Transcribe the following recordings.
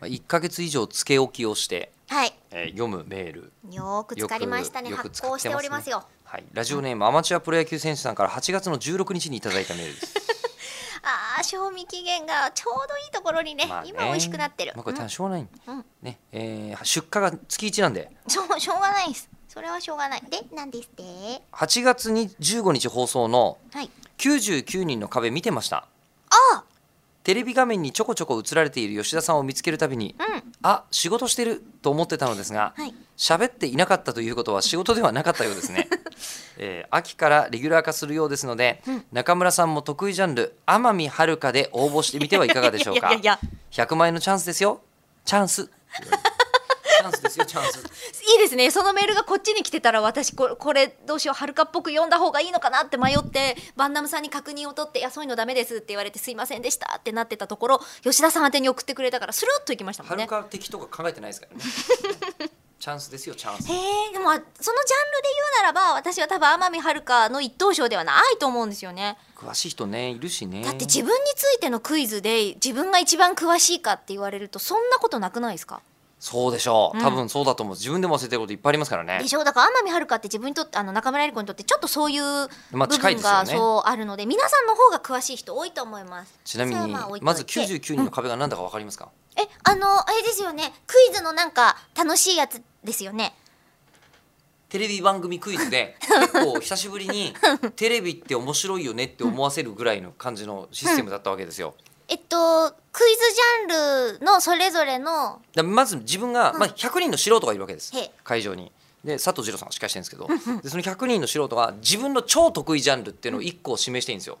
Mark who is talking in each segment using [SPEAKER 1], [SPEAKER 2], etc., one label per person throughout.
[SPEAKER 1] まあ1か月以上つけ置きをして、
[SPEAKER 2] はい
[SPEAKER 1] えー読むメール
[SPEAKER 2] よく疲れましたね
[SPEAKER 1] よくよく
[SPEAKER 2] 発行しておりますよ
[SPEAKER 1] 使ってはい、ラジオネームアマチュアプロ野球選手さんから8月の16日にいただいたメール です。
[SPEAKER 2] ああ賞味期限がちょうどいいところにね,、
[SPEAKER 1] まあね
[SPEAKER 2] 今美味しくなってる、
[SPEAKER 1] まあ、これ
[SPEAKER 2] うん
[SPEAKER 1] 多分しょうがない、
[SPEAKER 2] うん
[SPEAKER 1] ねえー出荷が月1なんで
[SPEAKER 2] しょうしょうがないですそれはしょうがないでなんですって
[SPEAKER 1] 8月に15日放送の
[SPEAKER 2] はい
[SPEAKER 1] 99人の壁見てました
[SPEAKER 2] あ
[SPEAKER 1] テレビ画面にちょこちょこ映られている吉田さんを見つけるたびに、
[SPEAKER 2] あ
[SPEAKER 1] あ仕事してると思ってたのですが
[SPEAKER 2] うんはい
[SPEAKER 1] 喋、っていなかったということは仕事ではなかったようです ね、えー秋からレギュラー化するようですので、中村さんも得意ジャンル天海遥で応募してみてはいかがでしょうか
[SPEAKER 2] いやいやいや
[SPEAKER 1] 100万円のチャンスですよチャン スチャンスですよチャンス
[SPEAKER 2] いいですねそのメールがこっちに来てたら私これこれどうしようはるかっぽく読んだ方がいいのかなって迷ってバンナムさんに確認を取って「いやそういうのダメです」って言われて「すいませんでした」ってなってたところ吉田さん宛てに送ってくれたからスルッといきましたも
[SPEAKER 1] は
[SPEAKER 2] ん
[SPEAKER 1] る
[SPEAKER 2] ね。
[SPEAKER 1] か敵とか考えてないですからねチャンスですよチャンス
[SPEAKER 2] へえでもそのジャンルで言うならば私は多分天海遥の一等賞ではないと思うんですよね。
[SPEAKER 1] 詳しい人ねいるしね
[SPEAKER 2] だって自分についてのクイズで自分が一番詳しいかって言われるとそんなことなくないですか
[SPEAKER 1] そうでしょう、
[SPEAKER 2] うん
[SPEAKER 1] 多分そうだと思う自分でも忘れてることいっぱいありますからね
[SPEAKER 2] でしょだから天海遥って自分にとってあの中村江里子にとってちょっとそういう
[SPEAKER 1] まあ
[SPEAKER 2] 部
[SPEAKER 1] 近い
[SPEAKER 2] 分
[SPEAKER 1] ですよ
[SPEAKER 2] が
[SPEAKER 1] ね
[SPEAKER 2] そうあるので、皆さんの方が詳しい人多いと思います
[SPEAKER 1] ちなみ
[SPEAKER 2] そ
[SPEAKER 1] に
[SPEAKER 2] れはあ
[SPEAKER 1] ま
[SPEAKER 2] 置いといて
[SPEAKER 1] ず99人の壁が何だかわかりますか、
[SPEAKER 2] えあのあれですよねクイズのなんか楽しいやつですよね
[SPEAKER 1] テレビ番組クイズ で結構久しぶりに テレビって面白いよねって思わせるぐらいの感じのシステムだったわけですよ。
[SPEAKER 2] えっとクイズジャンルのそれぞれの
[SPEAKER 1] だからまず自分が、まあ、100人の素人がいるわけです
[SPEAKER 2] へえ
[SPEAKER 1] 会場に。で佐藤二郎さんが司会してるんですけどでその100人の素人が自分の超得意ジャンルっていうのを1個示していいんですよ。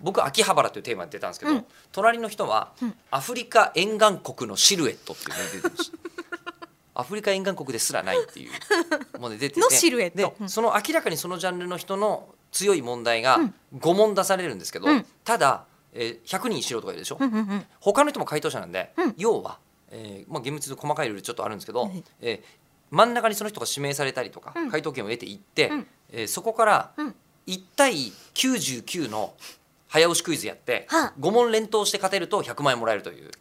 [SPEAKER 1] 僕秋葉原というテーマで出たんですけど、隣の人は、アフリカ沿岸国のシルエットっていうのが出てました。アフリカ沿岸国ですらないっていうもので出てて
[SPEAKER 2] のシルエット
[SPEAKER 1] でその明らかにそのジャンルの人の強い問題が5問出されるんですけど、ただ、えー100人素人がいるでしょ、他の人も回答者なんで、要は、えーまあ、厳密に細かいルールちょっとあるんですけど、えー真ん中にその人が指名されたりとか、回答権を得ていって、えーそこから1対99の早押しクイズやって、
[SPEAKER 2] はあ
[SPEAKER 1] 5問連投して勝てると100万円もらえるという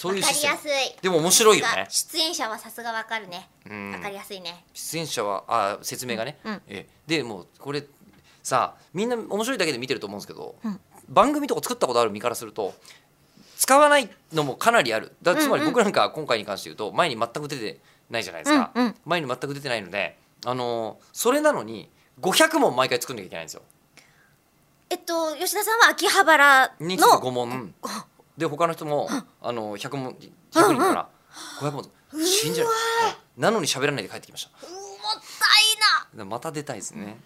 [SPEAKER 1] そ
[SPEAKER 2] わ
[SPEAKER 1] う
[SPEAKER 2] か
[SPEAKER 1] い
[SPEAKER 2] り
[SPEAKER 1] うシステム
[SPEAKER 2] やすい
[SPEAKER 1] でも面白いよね
[SPEAKER 2] さすが出演者はさすがわかるね
[SPEAKER 1] ん
[SPEAKER 2] わかりやすいね
[SPEAKER 1] 出演者はあ説明がね、
[SPEAKER 2] うん
[SPEAKER 1] えでもうこれさみんな面白いだけで見てると思うんですけど、番組とか作ったことある身からすると使わないのもかなりあるだつまり僕なんか今回に関して言うと前に全く出てないじゃないですか、
[SPEAKER 2] うんうん
[SPEAKER 1] 前に全く出てないので、あのーそれなのに500問毎回作んなきゃいけないんですよ。
[SPEAKER 2] えっと吉田さんは秋葉原
[SPEAKER 1] について
[SPEAKER 2] の
[SPEAKER 1] 5問で他の人もあの100問100人から500問死んじゃうなのに喋らないで帰ってきました。
[SPEAKER 2] うもったい
[SPEAKER 1] で
[SPEAKER 2] な
[SPEAKER 1] また出たいですね。